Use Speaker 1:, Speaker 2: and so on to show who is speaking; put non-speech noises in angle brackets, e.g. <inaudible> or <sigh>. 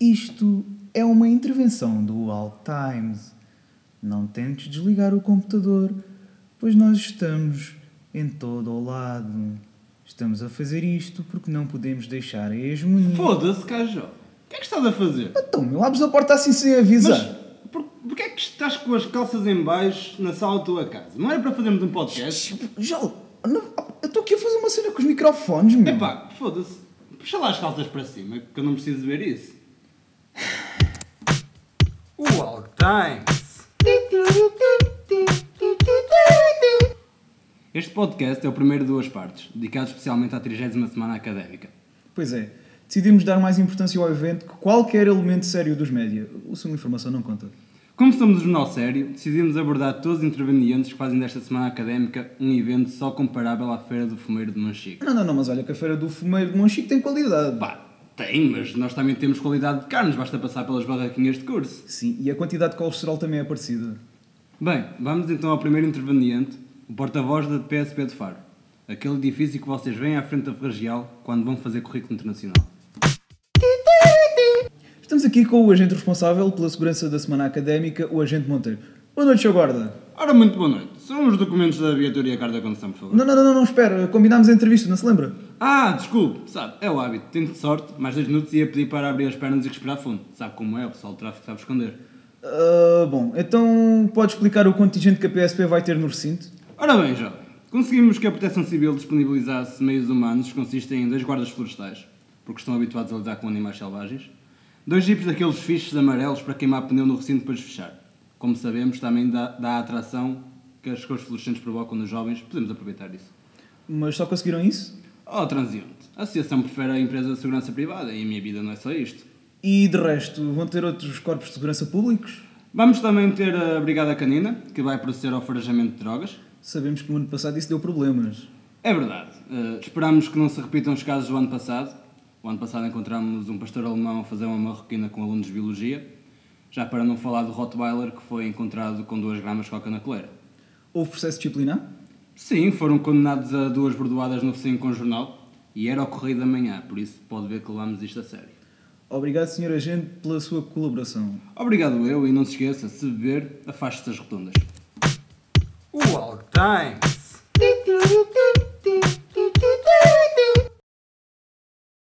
Speaker 1: Isto é uma intervenção do All Times. Não tentes desligar o computador, pois nós estamos em todo o lado. Estamos a fazer isto porque não podemos deixar a hegemonia.
Speaker 2: Foda-se, Cajó. O que é que estás a fazer?
Speaker 1: Então, meu, abres a porta assim sem
Speaker 3: é.
Speaker 1: avisar.
Speaker 2: Mas por, porquê é que estás com as calças em baixo na sala da tua casa? Não era para fazermos um podcast?
Speaker 1: Já, não- eu estou aqui a fazer uma cena com os microfones, meu.
Speaker 2: Epá, foda-se. Puxa lá as calças para cima, que eu não preciso ver isso.
Speaker 3: <laughs> O All Times.
Speaker 2: Este podcast é o primeiro de duas partes, dedicado especialmente à 30 semana académica.
Speaker 1: Pois é, decidimos dar mais importância ao evento que qualquer elemento sério dos média. O som de informação não conta.
Speaker 2: Como somos um jornal sério, decidimos abordar todos os intervenientes que fazem desta semana académica um evento só comparável à Feira do Fumeiro de Manchico.
Speaker 1: Não, não, não, mas olha que a feira do fumeiro de Monchique tem qualidade.
Speaker 2: Pá, tem, mas nós também temos qualidade de carnes, basta passar pelas barraquinhas de curso.
Speaker 1: Sim, e a quantidade de colesterol também é parecida.
Speaker 2: Bem, vamos então ao primeiro interveniente, o porta-voz da PSP de Faro. Aquele edifício que vocês veem à frente da Ferragial quando vão fazer currículo internacional.
Speaker 1: Estamos aqui com o agente responsável pela segurança da semana académica, o agente Monteiro. Boa noite, seu guarda.
Speaker 2: Ora, muito boa noite. São os documentos da viatura e a carta de condução, por favor.
Speaker 1: Não, não, não, não, não, espera, combinámos a entrevista, não se lembra?
Speaker 2: Ah, desculpe, sabe, é o hábito. Tenho de sorte, mais dois minutos ia pedir para abrir as pernas e respirar fundo. Sabe como é, o pessoal do tráfico sabe esconder.
Speaker 1: Ah, bom, então pode explicar o contingente que a PSP vai ter no recinto?
Speaker 2: Ora bem, jovem, conseguimos que a Proteção Civil disponibilizasse meios humanos que consistem em dois guardas florestais, porque estão habituados a lidar com animais selvagens, dois jipes daqueles fichos amarelos para queimar pneu no recinto depois de fechar. Como sabemos, também dá, dá a atração que as cores fluorescentes provocam nos jovens, podemos aproveitar isso.
Speaker 1: Mas só conseguiram isso?
Speaker 2: Oh, transiente, a associação prefere a empresa de segurança privada e a minha vida não é só isto.
Speaker 1: E de resto, vão ter outros corpos de segurança públicos?
Speaker 2: Vamos também ter a Brigada Canina, que vai proceder ao farejamento de drogas.
Speaker 1: Sabemos que no ano passado isso deu problemas.
Speaker 2: É verdade. Eh, esperamos que não se repitam os casos do ano passado. O ano passado encontramos um pastor alemão a fazer uma marroquina com alunos de biologia. Já para não falar do Rottweiler que foi encontrado com 2 gramas de coca na coleira.
Speaker 1: Houve processo disciplinar?
Speaker 2: Sim, foram condenados a duas bordoadas no focinho com jornal e era o correio da manhã, por isso pode ver que levamos isto a sério.
Speaker 1: Obrigado, senhor agente, pela sua colaboração.
Speaker 2: Obrigado eu e não se esqueça, se beber, afaste-se das rotundas.
Speaker 3: O All Times.